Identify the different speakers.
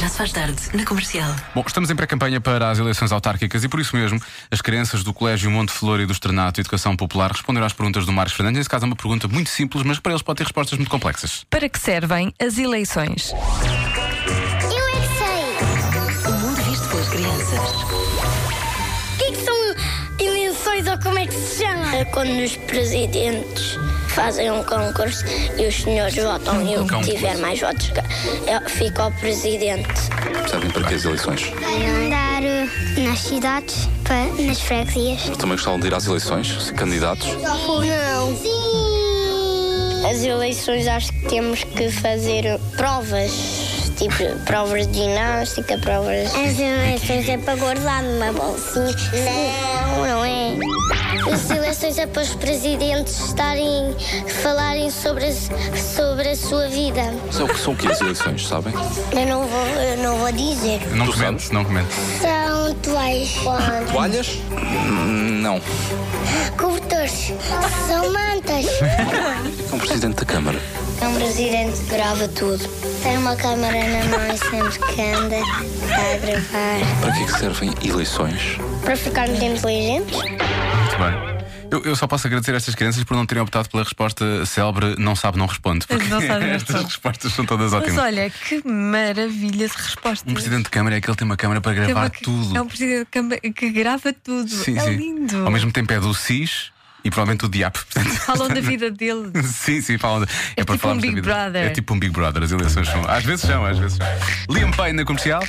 Speaker 1: Já se faz tarde, na comercial.
Speaker 2: Bom, estamos em pré-campanha para as eleições autárquicas e por isso mesmo as crianças do Colégio Monte Flor e do Estrenato Educação Popular responderam às perguntas do Marcos Fernandes. Nesse caso é uma pergunta muito simples, mas para eles pode ter respostas muito complexas.
Speaker 3: Para que servem as eleições?
Speaker 4: Eu é que sei!
Speaker 1: O mundo visto pelas crianças.
Speaker 4: O que, é que são eleições ou como é que se chama? É quando os presidentes fazem um concurso e os senhores votam e o que
Speaker 2: concurso.
Speaker 4: tiver mais votos ga- é- fica o presidente.
Speaker 5: Sabem para que as eleições?
Speaker 4: Vai andar eh, nas cidades, nas freguesias.
Speaker 5: Também gostavam de ir às eleições, ser candidatos.
Speaker 4: Não. Sim. As eleições acho que temos que fazer provas. Tipo, provas de ginástica, provas. As eleições é para guardar numa bolsinha. Não, não é. As eleições é para os presidentes estarem. falarem sobre, sobre a sua vida.
Speaker 5: São, são o que as eleições, sabem?
Speaker 4: Eu não vou, eu não vou dizer.
Speaker 2: Não
Speaker 5: Tu
Speaker 2: comento, não comento.
Speaker 4: São toalhas.
Speaker 5: Toalhas? Hum, Não.
Speaker 4: Cobertores. São mantas.
Speaker 5: É um presidente da Câmara.
Speaker 4: É um presidente que grava tudo. Tem uma câmara na mão e sempre que anda a gravar.
Speaker 5: Para que é que servem eleições?
Speaker 4: Para ficarmos inteligentes?
Speaker 2: Muito bem. Eu, eu só posso agradecer a estas crianças por não terem optado pela resposta célebre não sabe, não responde. Porque
Speaker 3: Não sabe, não
Speaker 2: estas
Speaker 3: responde.
Speaker 2: respostas são todas
Speaker 3: Mas
Speaker 2: ótimas.
Speaker 3: olha, que maravilha de resposta.
Speaker 2: Um presidente de Câmara é aquele que tem uma câmara para
Speaker 3: Tem uma
Speaker 2: gravar
Speaker 3: que-
Speaker 2: tudo.
Speaker 3: É um presidente de Câmara que grava tudo. é lindo.
Speaker 2: Ao mesmo tempo é do CIS e provavelmente do DIAP. portanto-
Speaker 3: Falam da vida dele.
Speaker 2: Sim, sim, falam. de-
Speaker 3: É tipo um
Speaker 2: falarmos da
Speaker 3: Big
Speaker 2: vida.
Speaker 3: Brother.
Speaker 2: É tipo um Big Brother, as eleições são. Às vezes são, às vezes são. Liam Payne na comercial.